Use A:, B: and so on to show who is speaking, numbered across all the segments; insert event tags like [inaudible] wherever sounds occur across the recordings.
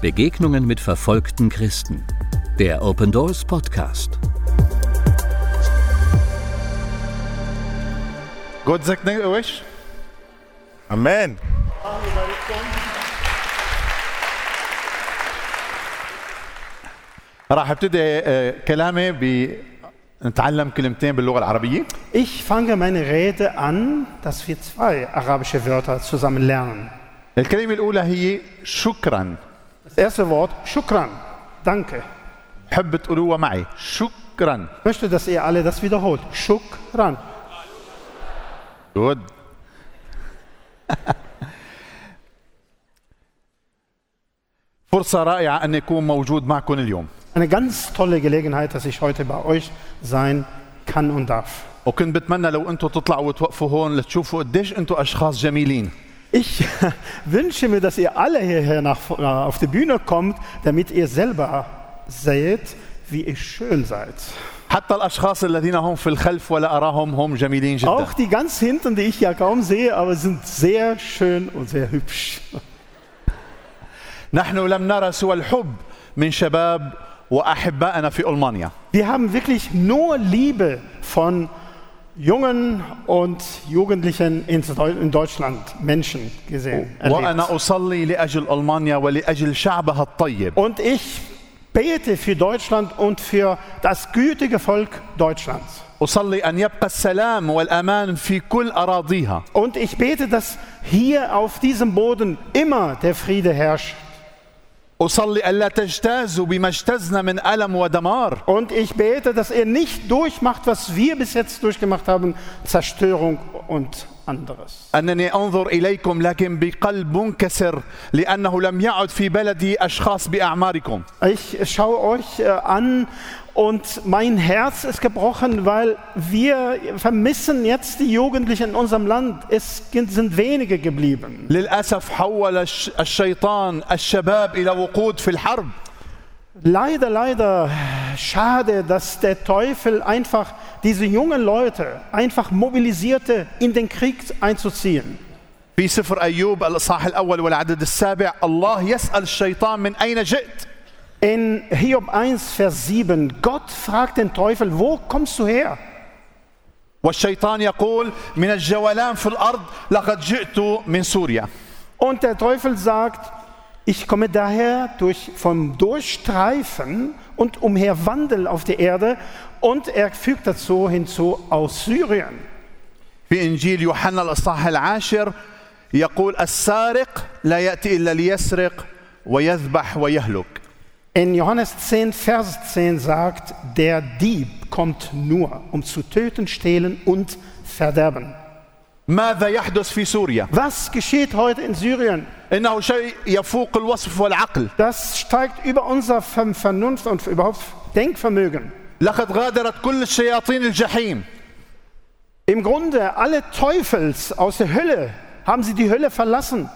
A: Begegnungen mit verfolgten Christen. Der Open Doors Podcast.
B: Gott sagt ne- euch,
C: Amen.
B: راح ابتدي آه، كلامي ب نتعلم كلمتين باللغه العربيه
D: Ich fange meine Rede an, dass wir zwei arabische Wörter zusammen lernen.
B: الكلمه الاولى هي شكرا
D: Das erste Wort, Shukran, danke.
B: حب تقولوها معي شكرا
D: Ich möchte, dass ihr alle das wiederholt. Shukran.
B: [laughs] جود فرصه رائعه اني اكون موجود معكم اليوم
D: Eine ganz tolle Gelegenheit, dass ich heute bei euch sein kann und darf.
B: وكنت بتمنى لو انتم تطلعوا وتوقفوا هون لتشوفوا قديش انتم اشخاص جميلين
D: Ich [laughs] wünsche mir, dass ihr alle hierher nach, äh, auf die Bühne kommt, damit ihr selber seht, wie ihr schön seid.
B: حتى الاشخاص الذين هم في الخلف ولا اراهم هم جميلين جدا
D: Auch die ganz hinten, die ich ja kaum sehe, aber sind sehr schön und sehr hübsch.
B: نحن لم نرى سوى الحب من شباب واحبائنا في المانيا
D: Wir haben wirklich nur Liebe von jungen und Jugendlichen ins Deu- in Deutschland, Menschen gesehen.
B: Oh,
D: Erlebt.
B: وانا اصلي لاجل المانيا ولاجل شعبها الطيب
D: Und ich bete für Deutschland und für das gütige Volk Deutschlands.
B: اصلي ان يبقى السلام والامان في كل اراضيها
D: Und ich bete, dass hier auf diesem Boden immer der Friede herrscht.
B: اصلي الا تجتازوا بما اجتزنا من الم ودمار
D: Und ich bete, dass ihr nicht durchmacht, was wir bis jetzt durchgemacht haben, Zerstörung und anderes.
B: انني انظر اليكم لكن بقلب منكسر لانه لم يعد في بلدي اشخاص باعماركم
D: Ich schaue euch äh, an und mein Herz ist gebrochen, weil wir vermissen jetzt die Jugendlichen in unserem Land. Es sind wenige geblieben.
B: للاسف حول الش- الشيطان الشباب الى وقود في الحرب
D: Leider, leider, schade, dass der Teufel einfach diese jungen Leute einfach mobilisierte, in den Krieg einzuziehen.
B: في سفر ايوب الاصحاح الاول والعدد السابع الله يسال الشيطان من اين جئت
D: In Hiob 1, Vers 7, Gott fragt den Teufel, wo kommst du her?
B: والشيطان يقول من الجولان في الارض لقد جئت من سوريا
D: Und der Teufel sagt, ich komme daher durch, vom Durchstreifen und umherwandeln auf der Erde. Und er fügt dazu hinzu aus Syrien.
B: في انجيل يوحنا الاصحاح العاشر يقول السارق لا ياتي الا ليسرق ويذبح ويهلك
D: In Johannes 10, Vers 10 sagt, der Dieb kommt nur, um zu töten, stehlen und verderben.
B: ماذا يحدث في سوريا
D: Was geschieht heute in Syrien?
B: انه شيء يفوق الوصف والعقل
D: Das steigt über unser Ver- Vernunft und überhaupt Denkvermögen.
B: لقد غادرت كل الشياطين الجحيم
D: Im Grunde, alle Teufels aus der Hölle haben sie die Hölle verlassen.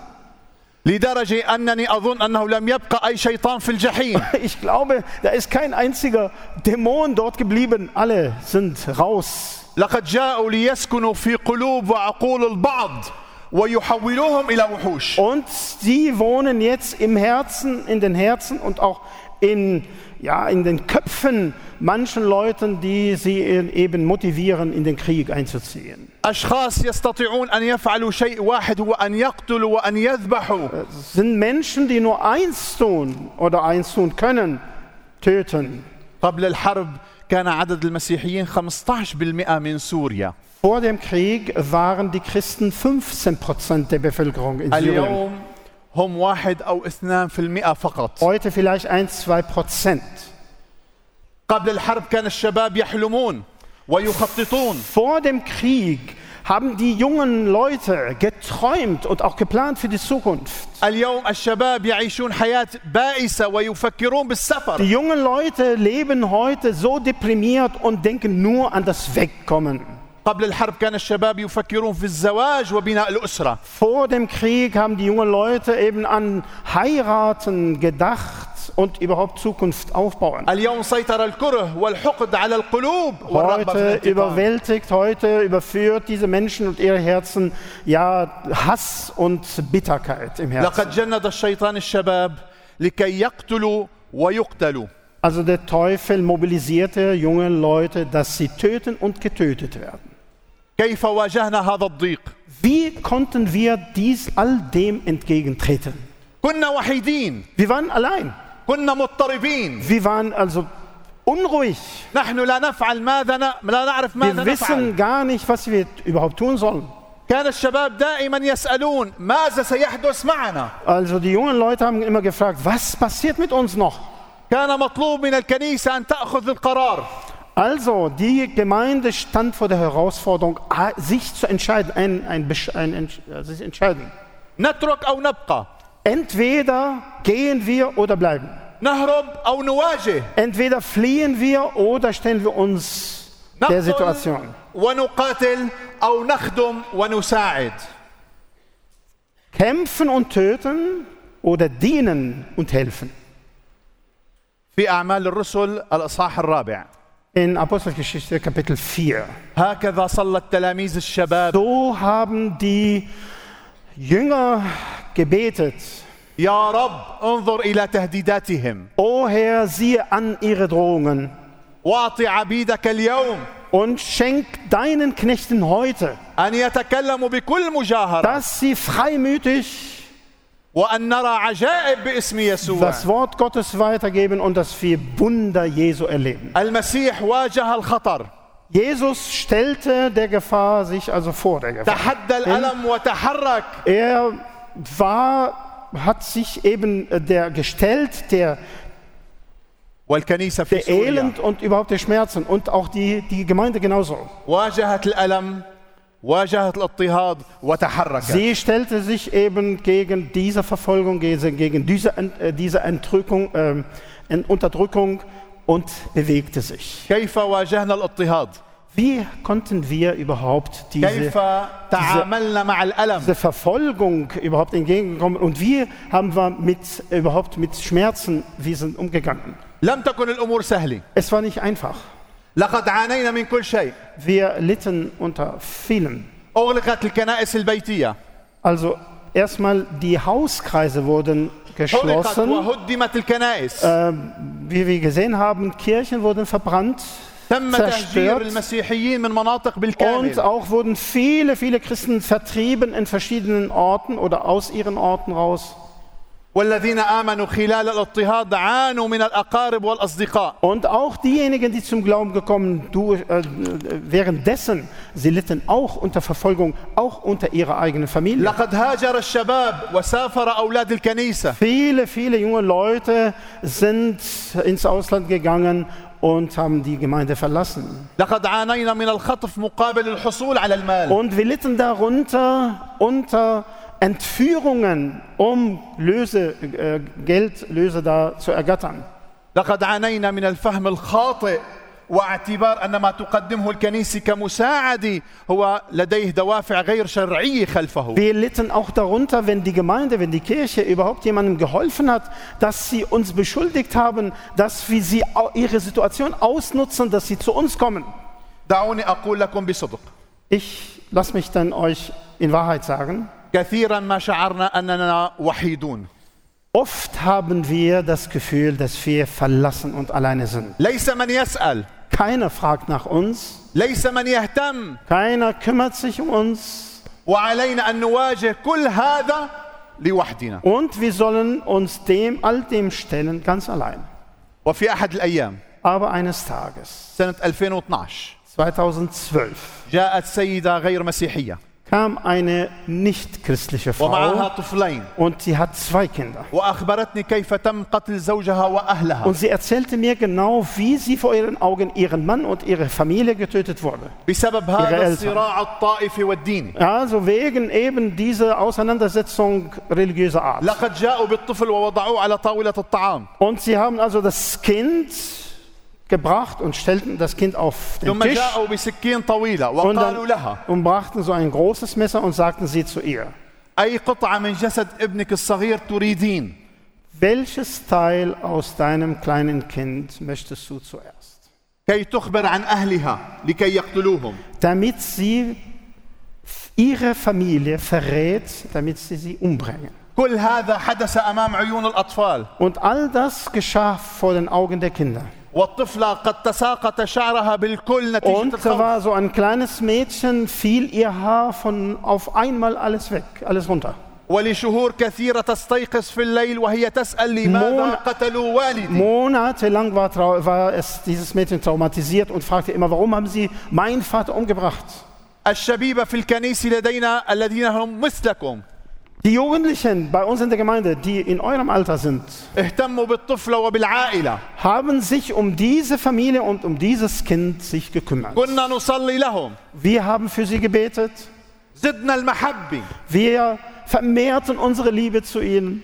B: لدرجه انني اظن انه لم يبقى اي شيطان في الجحيم
D: Ich glaube, da ist kein einziger Dämon dort geblieben. Alle sind raus.
B: لقد جاءوا ليسكنوا في قلوب وعقول البعض ويحولوهم الى وحوش
D: Und sie wohnen jetzt im Herzen, in den Herzen und auch in, ja, in den Köpfen manchen Leuten, die sie e-, eben motivieren, in den Krieg einzuziehen.
B: اشخاص يستطيعون ان يفعلوا شيء واحد هو ان يقتلوا وان يذبحوا
D: Es sind Menschen, die nur eins tun oder eins tun können, töten.
B: قبل الحرب كان عدد المسيحيين 15% من سوريا
D: Vor dem Krieg waren die Christen 15 Prozent der Bevölkerung in Syrien.
B: اليوم هم واحد او 2% فقط
D: Heute vielleicht 1, 2 Prozent.
B: قبل الحرب كان الشباب يحلمون ويخططون
D: Vor dem Krieg haben die jungen Leute geträumt und auch geplant für die Zukunft.
B: اليوم الشباب يعيشون حياة بائسة ويفكرون بالسفر
D: Die jungen Leute leben heute so deprimiert und denken nur an das Wegkommen.
B: قبل الحرب كان الشباب يفكرون في الزواج وبناء الأسرة
D: Vor dem Krieg haben die jungen Leute eben an Heiraten gedacht und überhaupt Zukunft aufbauen.
B: اليوم سيطر الكره والحقد على القلوب والرغبة في
D: Heute
B: الانتقام.
D: überwältigt, heute überführt diese Menschen und ihre Herzen ja Hass und Bitterkeit im Herzen.
B: لقد جند الشيطان الشباب لكي يقتلوا ويقتلوا
D: Also der Teufel mobilisierte junge Leute, dass sie töten und getötet werden.
B: كيف واجهنا هذا الضيق
D: Wie konnten wir dies all dem entgegentreten?
B: كنا وحيدين
D: Wir waren allein.
B: كنا مضطربين
D: Wir waren also unruhig.
B: نحن لا نفعل ماذا ن... لا نعرف
D: Wir
B: ماذا نفعل
D: wissen gar nicht, was wir überhaupt tun sollen.
B: كان الشباب دائما يسألون ماذا سيحدث معنا
D: Also die jungen Leute haben immer gefragt, was passiert mit uns noch?
B: كان مطلوب من الكنيسة أن تأخذ القرار
D: Also die Gemeinde stand vor der Herausforderung, a- sich zu entscheiden, ein, ein, Besch- ein, Entsch- äh, sich entscheiden.
B: نترك أو نبقى
D: Entweder gehen wir oder bleiben.
B: نهرب أو نواجه
D: Entweder fliehen wir oder stellen wir uns der Situation.
B: ونقاتل أو نخدم ونساعد
D: Kämpfen und töten oder dienen und helfen.
B: في أعمال الرسل الإصحاح الرابع
D: In Apostelgeschichte Kapitel 4.
B: هكذا صلى التلاميذ الشباب
D: So haben die Jünger gebetet.
B: يا رب انظر إلى تهديداتهم
D: O Herr, siehe an ihre Drohungen
B: واعط عبيدك اليوم
D: und schenk deinen Knechten heute,
B: أن يتكلموا بكل مجاهرة
D: dass sie freimütig
B: وأن نرى عجائب باسم يسوع
D: das Wort Gottes weitergeben und dass wir Wunder Jesu erleben.
B: المسيح واجه الخطر
D: Jesus stellte der Gefahr sich also vor der Gefahr.
B: تحدى الألم وتحرك
D: Er war, hat sich eben äh, der gestellt, der,
B: والكنيسة في
D: der
B: سوريا
D: Elend und überhaupt der Schmerzen und auch die, die Gemeinde genauso.
B: واجهت الألم واجهت الاضطهاد وتحركت
D: Sie stellte sich eben gegen diese Verfolgung, gegen gegen diese, Ent- äh, diese Entrückung, ähm, Ent- Unterdrückung und bewegte sich.
B: كيف واجهنا الاضطهاد
D: Wie konnten wir überhaupt diese,
B: كيف تعاملنا مع الألم
D: diese Verfolgung überhaupt entgegenkommen und wie haben wir mit, äh, überhaupt mit Schmerzen, wie sind umgegangen?
B: لم تكن الأمور سهلة
D: Es war nicht einfach.
B: لقد عانينا من كل شيء
D: Wir litten unter vielen.
B: أغلقت الكنائس البيتية
D: Also erstmal die Hauskreise wurden
B: حرقت
D: geschlossen.
B: وهدمت الكنائس
D: Ähm, wie wir gesehen haben, Kirchen wurden verbrannt.
B: تم تهجير
D: zerstört.
B: المسيحيين من مناطق
D: Und
B: بالكامل
D: auch wurden viele, viele Christen vertrieben in verschiedenen Orten oder aus ihren Orten raus.
B: والذين آمنوا خلال الاضطهاد عانوا من الأقارب والأصدقاء
D: Und auch diejenigen, die zum Glauben gekommen, du, äh, währenddessen, sie litten auch unter Verfolgung, auch unter ihrer eigenen Familie.
B: لقد هاجر الشباب وسافر أولاد الكنيسة
D: Viele, viele junge Leute sind ins Ausland gegangen und haben die Gemeinde verlassen.
B: لقد عانينا من الخطف مقابل الحصول على المال
D: Und wir litten darunter unter Entführungen, um Löse, äh, Geldlöse da zu ergattern.
B: لقد عانينا من الفهم الخاطئ واعتبار أن ما تقدمه الكنيسة كمساعدة هو لديه دوافع غير شرعية خلفه
D: Wir litten auch darunter, wenn die Gemeinde, wenn die Kirche überhaupt jemandem geholfen hat, dass sie uns beschuldigt haben, dass wir sie au- ihre Situation ausnutzen, dass sie zu uns kommen.
B: دعوني أقول لكم بصدق
D: Ich lasse mich dann euch in Wahrheit sagen,
B: كثيرا ما شعرنا أننا وحيدون
D: Oft haben wir das Gefühl, dass wir verlassen und alleine sind.
B: ليس من يسأل
D: Keiner fragt nach uns,
B: ليس من يهتم
D: keiner kümmert sich um uns
B: وعلينا أن نواجه كل هذا لوحدنا
D: und wir sollen uns dem all dem stellen ganz allein.
B: وفي أحد الأيام
D: Aber eines Tages,
B: سنة 2012
D: 2012,
B: جاءت سيدة غير مسيحية
D: kam eine nichtchristliche
B: ومعها
D: Frau
B: طفلين
D: und sie hat zwei Kinder.
B: وأخبرتني كيف تم قتل زوجها وأهلها
D: Und sie erzählte mir genau, wie sie vor ihren Augen ihren Mann und ihre Familie getötet wurde.
B: بسبب
D: يا
B: هذا
D: ألفا.
B: الصراع الطائفي والديني
D: Also wegen eben dieser Auseinandersetzung religiöser Art.
B: لقد جاءوا بالطفل ووضعوه على طاولة الطعام
D: Und sie haben also das Kind gebracht und stellten das Kind auf den
B: ثم
D: Tisch
B: جاءوا بسكين طويلة
D: und, dann,
B: وقالوا لها
D: und brachten so ein großes Messer und sagten sie zu ihr,
B: أي قطعة من جسد ابنك الصغير تريدين
D: welches Teil aus deinem kleinen Kind möchtest du zuerst?
B: كي تخبر عن أهلها لكي يقتلوهم
D: Damit sie ihre Familie verrät, damit sie sie umbringen.
B: كل هذا حدث امام عيون الاطفال
D: Und all das geschah vor den Augen der Kinder.
B: والطفله قد تساقط شعرها بالكل نتيجه
D: Und da
B: الخوف
D: war so ein kleines Mädchen, fiel ihr Haar von auf einmal alles weg, alles runter.
B: ولشهور كثيرة تستيقظ في الليل وهي تسأل لماذا
D: مون-
B: قتلوا والدي
D: Monatelang war, trau- war es dieses Mädchen traumatisiert und fragte immer, warum haben Sie meinen Vater umgebracht?
B: الشبيبة في الكنيسة لدينا الذين هم مثلكم
D: Die Jugendlichen bei uns in der Gemeinde, die in eurem Alter sind,
B: اهتموا بالطفلة وبالعائلة
D: haben sich um diese Familie und um dieses Kind sich gekümmert.
B: كنا نصلي لهم
D: Wir haben für sie gebetet.
B: زدنا المحبة
D: Wir vermehrten unsere Liebe zu ihnen.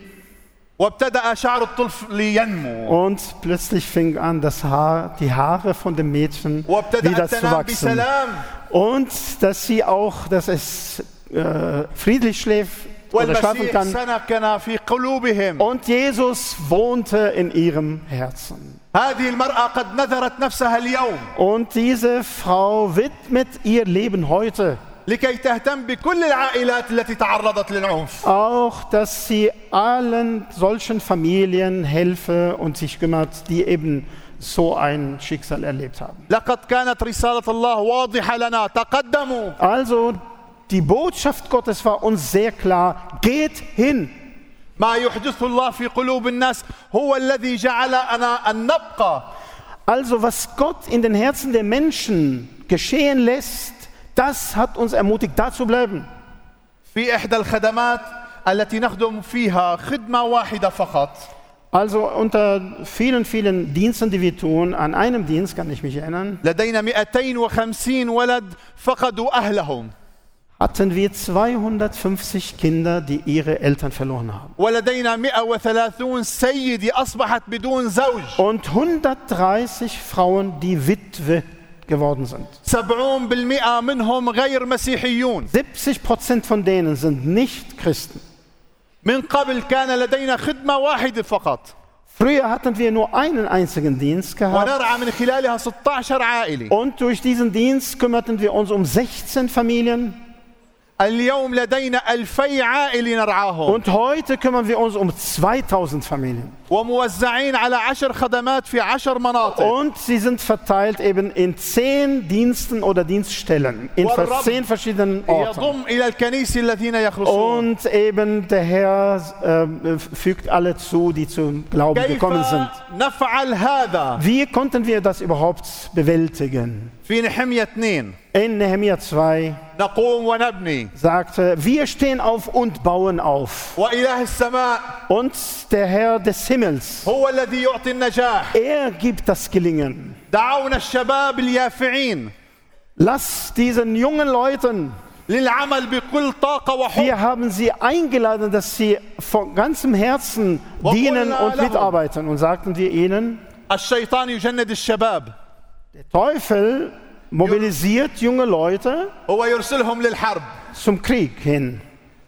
B: وابتدأ شعر الطفل ينمو
D: Und plötzlich fing an, das Haar, die Haare von dem Mädchen
B: وابتدأت
D: wieder zu
B: تنام
D: wachsen.
B: بسلام
D: Und dass sie auch, dass es äh, friedlich schläft oder schlafen
B: والمسيح
D: kann.
B: سكن في قلوبهم
D: Und Jesus wohnte in ihrem Herzen.
B: هذه المرأة قد نذرت نفسها اليوم
D: Und diese Frau widmet ihr Leben heute
B: لكي تهتم بكل العائلات التي تعرضت للعنف
D: auch, dass sie allen solchen Familien helfe und sich kümmert, die eben so ein Schicksal erlebt haben.
B: لقد كانت رسالة الله واضحة لنا تقدموا
D: Also die Botschaft Gottes war uns sehr klar, geht hin.
B: ما يحدث الله في قلوب الناس هو الذي جعلنا أن نبقى
D: Also was Gott in den Herzen der Menschen geschehen lässt, das hat uns ermutigt, da zu bleiben.
B: في إحدى الخدمات التي نخدم فيها خدمة واحدة فقط
D: Also unter vielen, vielen Diensten, die wir tun, an einem Dienst kann ich mich erinnern,
B: لدينا 250 ولد فقدوا أهلهم
D: hatten wir 250 Kinder, die ihre Eltern verloren haben.
B: ولدينا 130 سيدة أصبحت بدون زوج
D: Und 130 Frauen, die Witwe geworden sind.
B: 70% منهم غير مسيحيون
D: 70 Prozent von denen sind nicht Christen.
B: من قبل كان لدينا خدمة واحدة فقط
D: Früher hatten wir nur einen einzigen Dienst gehabt.
B: ونرعى من خلالها 16 عائلة
D: Und durch diesen Dienst kümmerten wir uns um 16 Familien.
B: اليوم لدينا 2000 عائلة نرعاهم
D: Und heute kümmern wir uns um 2000 Familien.
B: وموزعين على عشر خدمات في عشر مناطق
D: Und sie sind verteilt eben in 10 Diensten oder Dienststellen. In
B: Warum?
D: ver- 10 verschiedenen Orten.
B: يضم إلى الكنيسة الذين يخلصون
D: Und eben der Herr äh, fügt alle zu, die zum Glauben
B: كيف
D: gekommen sind.
B: نفعل هذا
D: Wie konnten wir das überhaupt bewältigen?
B: في نحمية اثنين
D: In Nehemiah 2
B: نقوم ونبني
D: sagte, wir stehen auf und bauen auf.
B: وإله السماء
D: Und der Herr des Himmels,
B: هو الذي يعطي النجاح
D: er gibt das Gelingen.
B: دعونا الشباب اليافعين
D: Lass diesen jungen Leuten,
B: للعمل بكل طاقة وحب
D: wir haben sie eingeladen, dass sie von ganzem Herzen dienen und mitarbeiten. Und sagten wir ihnen,
B: الشيطان يجند الشباب
D: der Teufel mobilisiert junge Leute
B: هو يرسلهم للحرب
D: zum Krieg hin.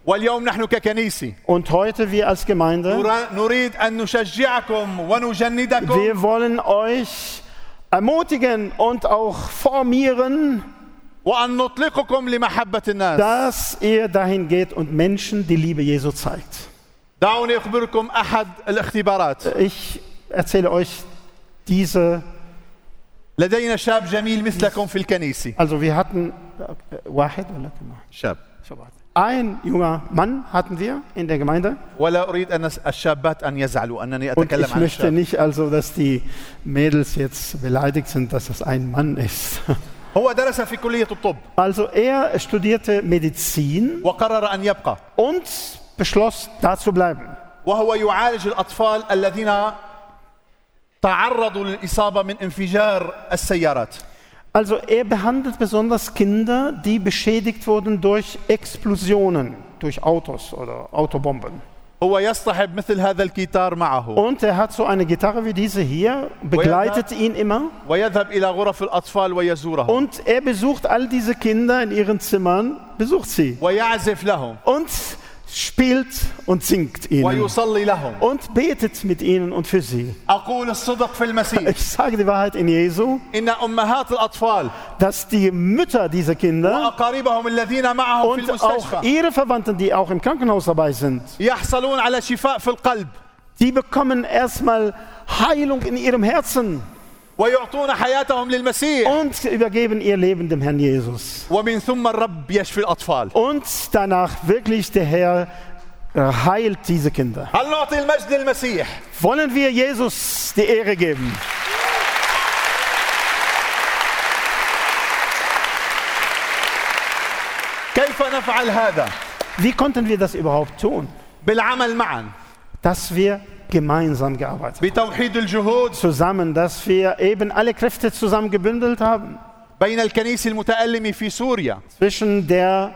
B: واليوم نحن ككنيسة
D: Und heute wir als Gemeinde
B: نرا- نريد أن نشجعكم ونجندكم
D: Wir wollen euch ermutigen und auch formieren,
B: وأن نطلقكم لمحبة الناس
D: dass ihr dahin geht und Menschen die Liebe Jesu zeigt.
B: دعوني أخبركم أحد الاختبارات
D: Ich erzähle euch diese,
B: لدينا شاب جميل مثلكم في الكنيسة
D: also wir hatten äh, Wahid oder Kama?
B: شاب
D: Shabbat. ein junger Mann hatten wir in der Gemeinde
B: ولا أريد أن أس- الشابات أن يزعلوا أنني
D: und
B: أتكلم
D: ich
B: عن
D: möchte
B: الشاب
D: nicht also, dass die Mädels jetzt beleidigt sind, dass das ein Mann ist. [laughs]
B: هو درس في كلية الطب
D: Also er studierte Medizin
B: وقرر أن يبقى
D: und beschloss, da zu bleiben.
B: وهو يعالج الأطفال الذين تعرضوا للإصابة من انفجار السيارات
D: Also er behandelt besonders Kinder, die beschädigt wurden durch Explosionen, durch Autos oder Autobomben.
B: هو يصطحب مثل هذا الكيتار معه
D: Und er hat so eine Gitarre wie diese hier, begleitet ihn immer.
B: ويذهب إلى غرف الأطفال ويزورهم
D: Und er besucht all diese Kinder in ihren Zimmern, besucht sie
B: ويعزف لهم
D: und spielt und singt ihnen
B: ويصلي لهم
D: und betet mit ihnen und für sie.
B: أقول الصدق في المسيح
D: Ich sage die Wahrheit in Jesu,
B: إن أمهات الأطفال
D: dass die Mütter dieser Kinder
B: وأقاربهم الذين معهم في
D: und auch
B: المستشفى
D: ihre Verwandten, die auch im Krankenhaus dabei sind,
B: يحصلون على شفاء في القلب
D: die bekommen erstmal Heilung in ihrem Herzen
B: ويعطون حياتهم للمسيح
D: und übergeben ihr Leben dem Herrn Jesus.
B: ومن ثم الرب يشفي الأطفال
D: Und danach wirklich der Herr äh, heilt diese Kinder.
B: هل نعطي المجد للمسيح
D: Wollen wir Jesus die Ehre geben?
B: كيف نفعل هذا
D: Wie konnten wir das überhaupt tun?
B: بالعمل معا
D: Dass wir gemeinsam gearbeitet haben.
B: بتوحيد الجهود
D: Zusammen, dass wir eben alle Kräfte zusammengebündelt haben.
B: بين الكنيسة المتألمة في سوريا
D: Zwischen der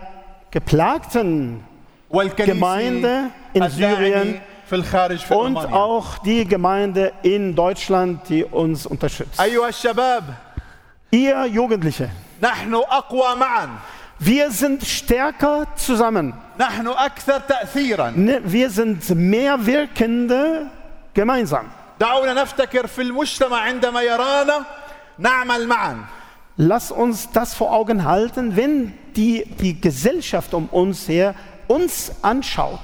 D: geplagten
B: والكنيسة
D: Gemeinde in
B: Also
D: Syrien
B: الداعمة في الخارج في
D: und
B: ألمانيا
D: auch die Gemeinde in Deutschland, die uns unterstützt.
B: أيها الشباب
D: Ihr Jugendliche,
B: نحن أقوى معا
D: wir sind stärker zusammen.
B: نحن أكثر تأثيرا
D: Ne, Wir sind mehr Wirkende gemeinsam.
B: دعونا نفتكر في المجتمع عندما يرانا نعمل معا
D: Lass uns das vor Augen halten, wenn die, die Gesellschaft um uns her uns anschaut.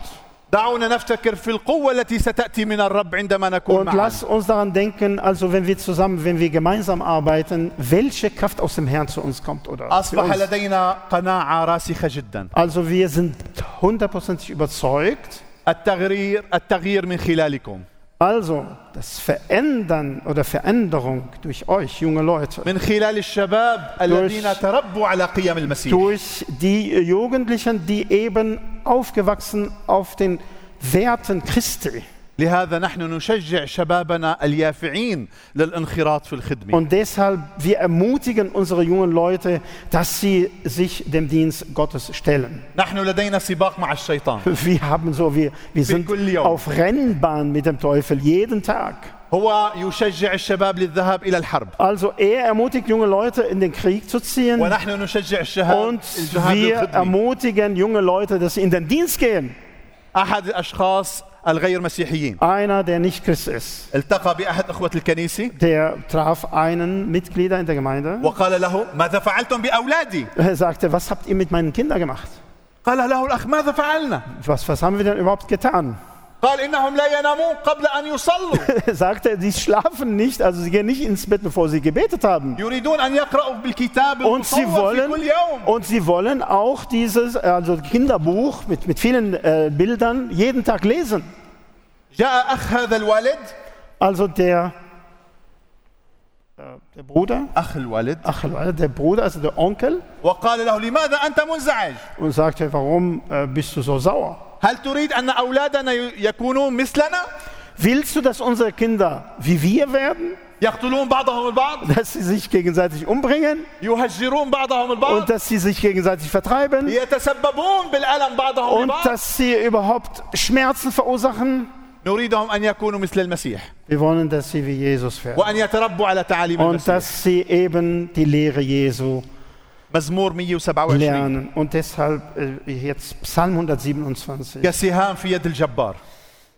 B: دعونا نفتكر في القوة التي ستأتي من الرب عندما نكون
D: Und
B: معا
D: lass uns daran denken, also wenn wir zusammen, wenn wir gemeinsam arbeiten, welche Kraft aus dem Herrn zu uns kommt. Oder für
B: أصبح
D: uns.
B: لدينا قناعة راسخة جدا
D: Also wir sind hundertprozentig überzeugt,
B: التغيير التغيير من خلالكم
D: also das Verändern oder Veränderung durch euch, junge Leute,
B: من خلال الشباب الذين تربوا على قيم المسيح
D: durch die Jugendlichen, die eben aufgewachsen auf den Werten Christi.
B: لهذا نحن نشجع شبابنا اليافعين للانخراط في الخدمة
D: Und deshalb, wir ermutigen unsere jungen Leute, dass sie sich dem Dienst Gottes stellen.
B: نحن لدينا سباق مع الشيطان
D: [laughs] Wir haben so, wir, wir sind
B: كل يوم.
D: auf Rennbahn mit dem Teufel jeden Tag.
B: هو يشجع الشباب للذهاب إلى الحرب
D: Also er ermutigt junge Leute, in den Krieg zu ziehen.
B: ونحن نشجع الشباب
D: Und
B: الذهاب
D: wir
B: للخدمة
D: ermutigen junge Leute, dass sie in den Dienst gehen.
B: أحد الأشخاص الغير مسيحيين
D: Einer, der nicht Christ ist,
B: التقى بأحد أخوة الكنيسة
D: der traf einen Mitglieder in der Gemeinde.
B: وقال له ماذا فعلتم بأولادي
D: Er sagte, was habt ihr mit meinen Kindern gemacht?
B: قال له الأخ ماذا فعلنا
D: Was, was haben wir denn überhaupt getan? [laughs]
B: قال إنهم لا ينامون قبل أن يصلوا
D: Er sagte, sie schlafen nicht, also sie gehen nicht ins Bett, bevor sie gebetet haben.
B: يريدون أن يقرأوا بالكتاب
D: Und sie
B: المصور في
D: wollen,
B: كل يوم
D: und sie wollen auch dieses also Kinderbuch mit, mit vielen äh, Bildern jeden Tag lesen.
B: جاء أخ هذا الوالد
D: Also der, äh, der Bruder,
B: أخ الوالد
D: ach, der Bruder, also der Onkel,
B: وقال له لماذا أنت منزعج
D: und sagte, warum äh, bist du so sauer?
B: هل تريد أن أولادنا يكونون مثلنا
D: Willst du, dass unsere Kinder wie wir werden,
B: يقتلون بعضهم البعض
D: dass sie sich gegenseitig umbringen
B: يهجرون بعضهم
D: und
B: البعض
D: dass sie sich gegenseitig vertreiben?
B: يتسببون بالألم بعضهم
D: und
B: البعض
D: dass sie überhaupt Schmerzen verursachen.
B: نريدهم أن يكونوا مثل المسيح
D: Wir wollen, dass sie wie Jesus werden.
B: وأن يتربوا على تعاليم
D: Und
B: المسيح
D: dass sie eben die Lehre Jesu
B: مزمور 127
D: lernen. Und deshalb äh, jetzt Psalm 127.
B: كسهام في يد الجبار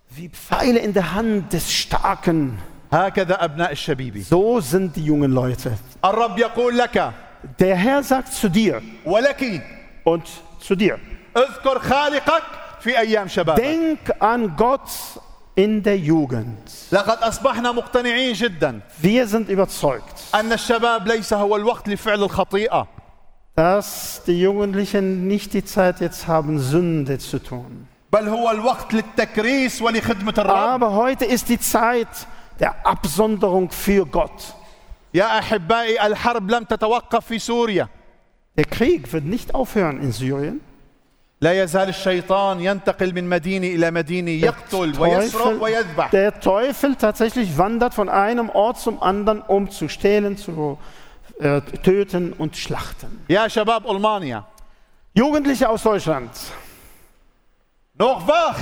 D: Wie Pfeile in der Hand des Starken,
B: هكذا أبناء الشبيبي
D: so sind die jungen Leute.
B: الرب يقول لك
D: Der Herr sagt zu dir
B: ولك
D: und zu dir,
B: اذكر خالقك في أيام شبابك
D: denk an Gott in der Jugend.
B: لقد أصبحنا مقتنعين جدا
D: Wir sind überzeugt,
B: أن الشباب ليس هو الوقت لفعل الخطيئة
D: dass die Jugendlichen nicht die Zeit jetzt haben, Sünde zu tun.
B: بل هو الوقت للتكريس ولخدمة الرب
D: Aber heute ist die Zeit der Absonderung für Gott.
B: يا أحبائي الحرب لم تتوقف في سوريا
D: Der Krieg wird nicht aufhören in Syrien.
B: لا يزال الشيطان ينتقل من مدينة إلى مدينة
D: طيب.
B: يقتل ويسرق ويذبح
D: der Teufel tatsächlich wandert von einem Ort zum anderen, um zu stehlen, zu äh, töten und schlachten.
B: يا شباب ألمانيا
D: Jugendliche aus Deutschland,
B: نوخ باخ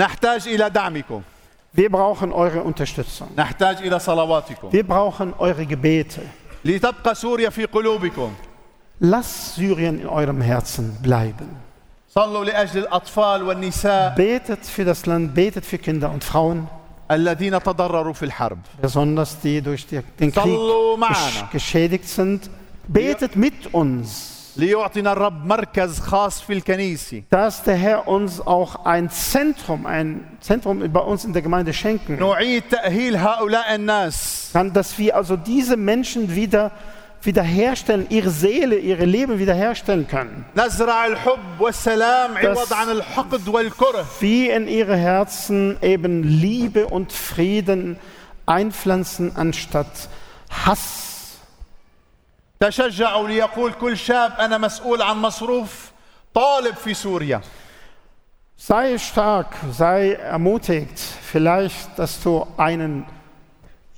B: نحتاج إلى دعمكم
D: Wir brauchen eure Unterstützung.
B: نحتاج إلى صلواتكم
D: Wir brauchen eure Gebete.
B: لتبقى سوريا في قلوبكم
D: Lasst Syrien in eurem Herzen bleiben.
B: صلوا لأجل الأطفال والنساء
D: Betet für das Land, betet für Kinder und Frauen,
B: الذين تضرروا في الحرب
D: besonders die durch die- den Krieg
B: Sallu ma'ana.
D: gesch geschädigt sind. Betet mit uns,
B: ليعطينا الرب مركز خاص في الكنيسة
D: dass der Herr uns auch ein Zentrum, ein Zentrum bei uns in der Gemeinde schenken
B: نعيد تأهيل هؤلاء الناس
D: kann, dass wir also diese Menschen wieder wiederherstellen, ihre Seele, ihre Leben wiederherstellen können.
B: نزرع الحب والسلام عوض عن الحقد والكره
D: Wie in ihre Herzen eben Liebe und Frieden einpflanzen anstatt Hass.
B: تشجعوا ليقول كل شاب أنا مسؤول عن مصروف طالب في سوريا
D: Sei stark, sei ermutigt, vielleicht, dass du einen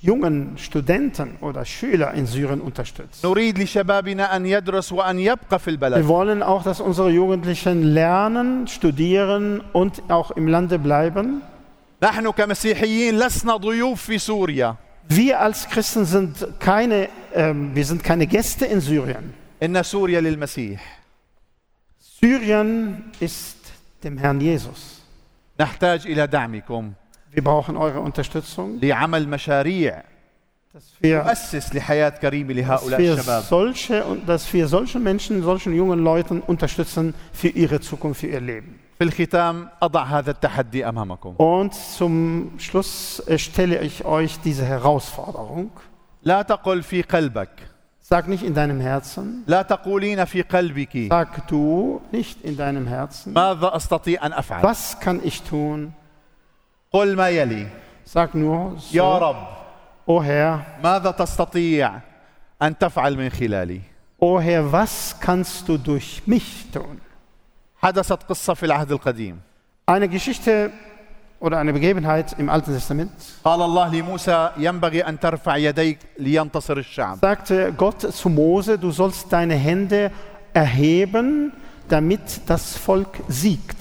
D: jungen Studenten oder Schüler in Syrien unterstützt.
B: نريد لشبابنا أن يدرس وأن يبقى في
D: Wir
B: البلد
D: wollen auch, dass unsere Jugendlichen lernen, studieren und auch im Lande bleiben.
B: نحن كمسيحيين لسنا ضيوف في سوريا
D: Wir als Christen sind keine, ähm, wir sind keine Gäste in Syrien.
B: إن سوريا للمسيح
D: Syrien ist dem Herrn Jesus.
B: نحتاج إلى دعمكم
D: Wir brauchen eure Unterstützung,
B: لعمل مشاريع
D: dass wir,
B: تؤسس لحياة كريمة
D: dass
B: لهؤلاء
D: wir
B: الشباب
D: solche und dass wir solchen Menschen, solchen jungen Leuten unterstützen für ihre Zukunft, für ihr Leben.
B: في الختام أضع هذا التحدي أمامكم
D: Und zum Schluss äh, stelle ich euch diese Herausforderung.
B: لا تقل في قلبك
D: Sag nicht in deinem Herzen,
B: لا تقولين في قلبك
D: sag du nicht in deinem Herzen,
B: ماذا أستطيع أن أفعل
D: was kann ich tun?
B: قل ما يلي
D: Sag nur,
B: يا
D: so,
B: رب
D: oh Herr,
B: ماذا تستطيع أن تفعل من خلالي
D: O Herr, was kannst du durch mich tun?
B: حدثت قصة في العهد القديم
D: Eine Geschichte oder eine Begebenheit im Alten Testament
B: قال الله لموسى ينبغي أن ترفع يديك لينتصر الشعب
D: sagte Gott zu Mose, du sollst deine Hände erheben, damit das Volk siegt.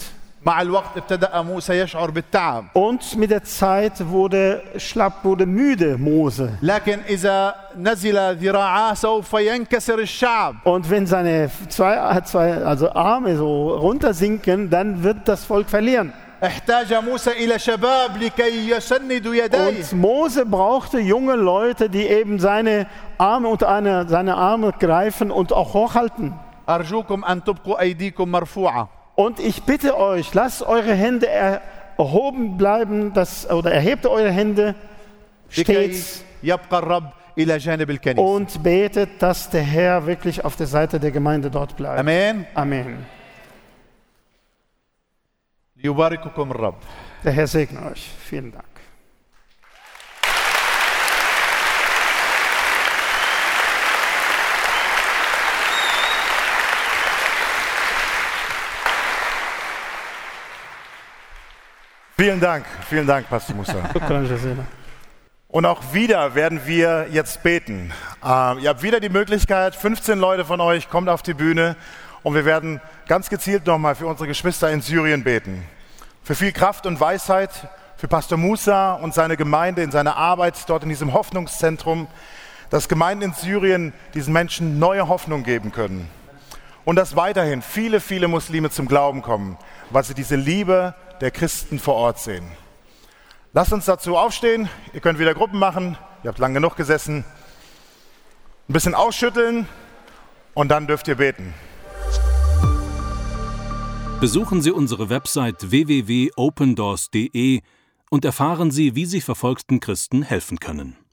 B: مع الوقت ابتدأ موسى يشعر بالتعب
D: Und mit der Zeit wurde schlapp, wurde müde Mose.
B: لكن إذا نزل ذراعاه سوف ينكسر الشعب
D: Und wenn seine zwei, zwei also Arme so runtersinken, dann wird das Volk verlieren.
B: احتاج موسى إلى شباب لكي يسندوا يديه
D: Und Mose brauchte junge Leute, die eben seine Arme unter eine, seine Arme greifen und auch hochhalten.
B: أرجوكم أن تبقوا أيديكم مرفوعة
D: Und ich bitte euch, lasst eure Hände er- erhoben bleiben, dass, oder erhebt eure Hände
B: لكي
D: stets
B: يبقى الرب إلى جانب الكنيسة
D: und betet, dass der Herr wirklich auf der Seite der Gemeinde dort bleibt.
B: أمين
D: Amen.
B: ليبارككم الرب
D: Der Herr segne euch. Vielen Dank.
C: Vielen Dank, vielen Dank, Pastor Musa.
D: Shukran jazila.
C: Und auch wieder werden wir jetzt beten. Ähm, ihr habt wieder die Möglichkeit, 15 Leute von euch kommt auf die Bühne und wir werden ganz gezielt nochmal für unsere Geschwister in Syrien beten. Für viel Kraft und Weisheit, für Pastor Musa und seine Gemeinde in seiner Arbeit dort in diesem Hoffnungszentrum, dass Gemeinden in Syrien diesen Menschen neue Hoffnung geben können. Und dass weiterhin viele, viele Muslime zum Glauben kommen, weil sie diese Liebe der Christen vor Ort sehen. Lasst uns dazu aufstehen. Ihr könnt wieder Gruppen machen. Ihr habt lang genug gesessen. Ein bisschen ausschütteln und dann dürft ihr beten.
E: Besuchen Sie unsere Website www.opendoors.de und erfahren Sie, wie Sie verfolgten Christen helfen können.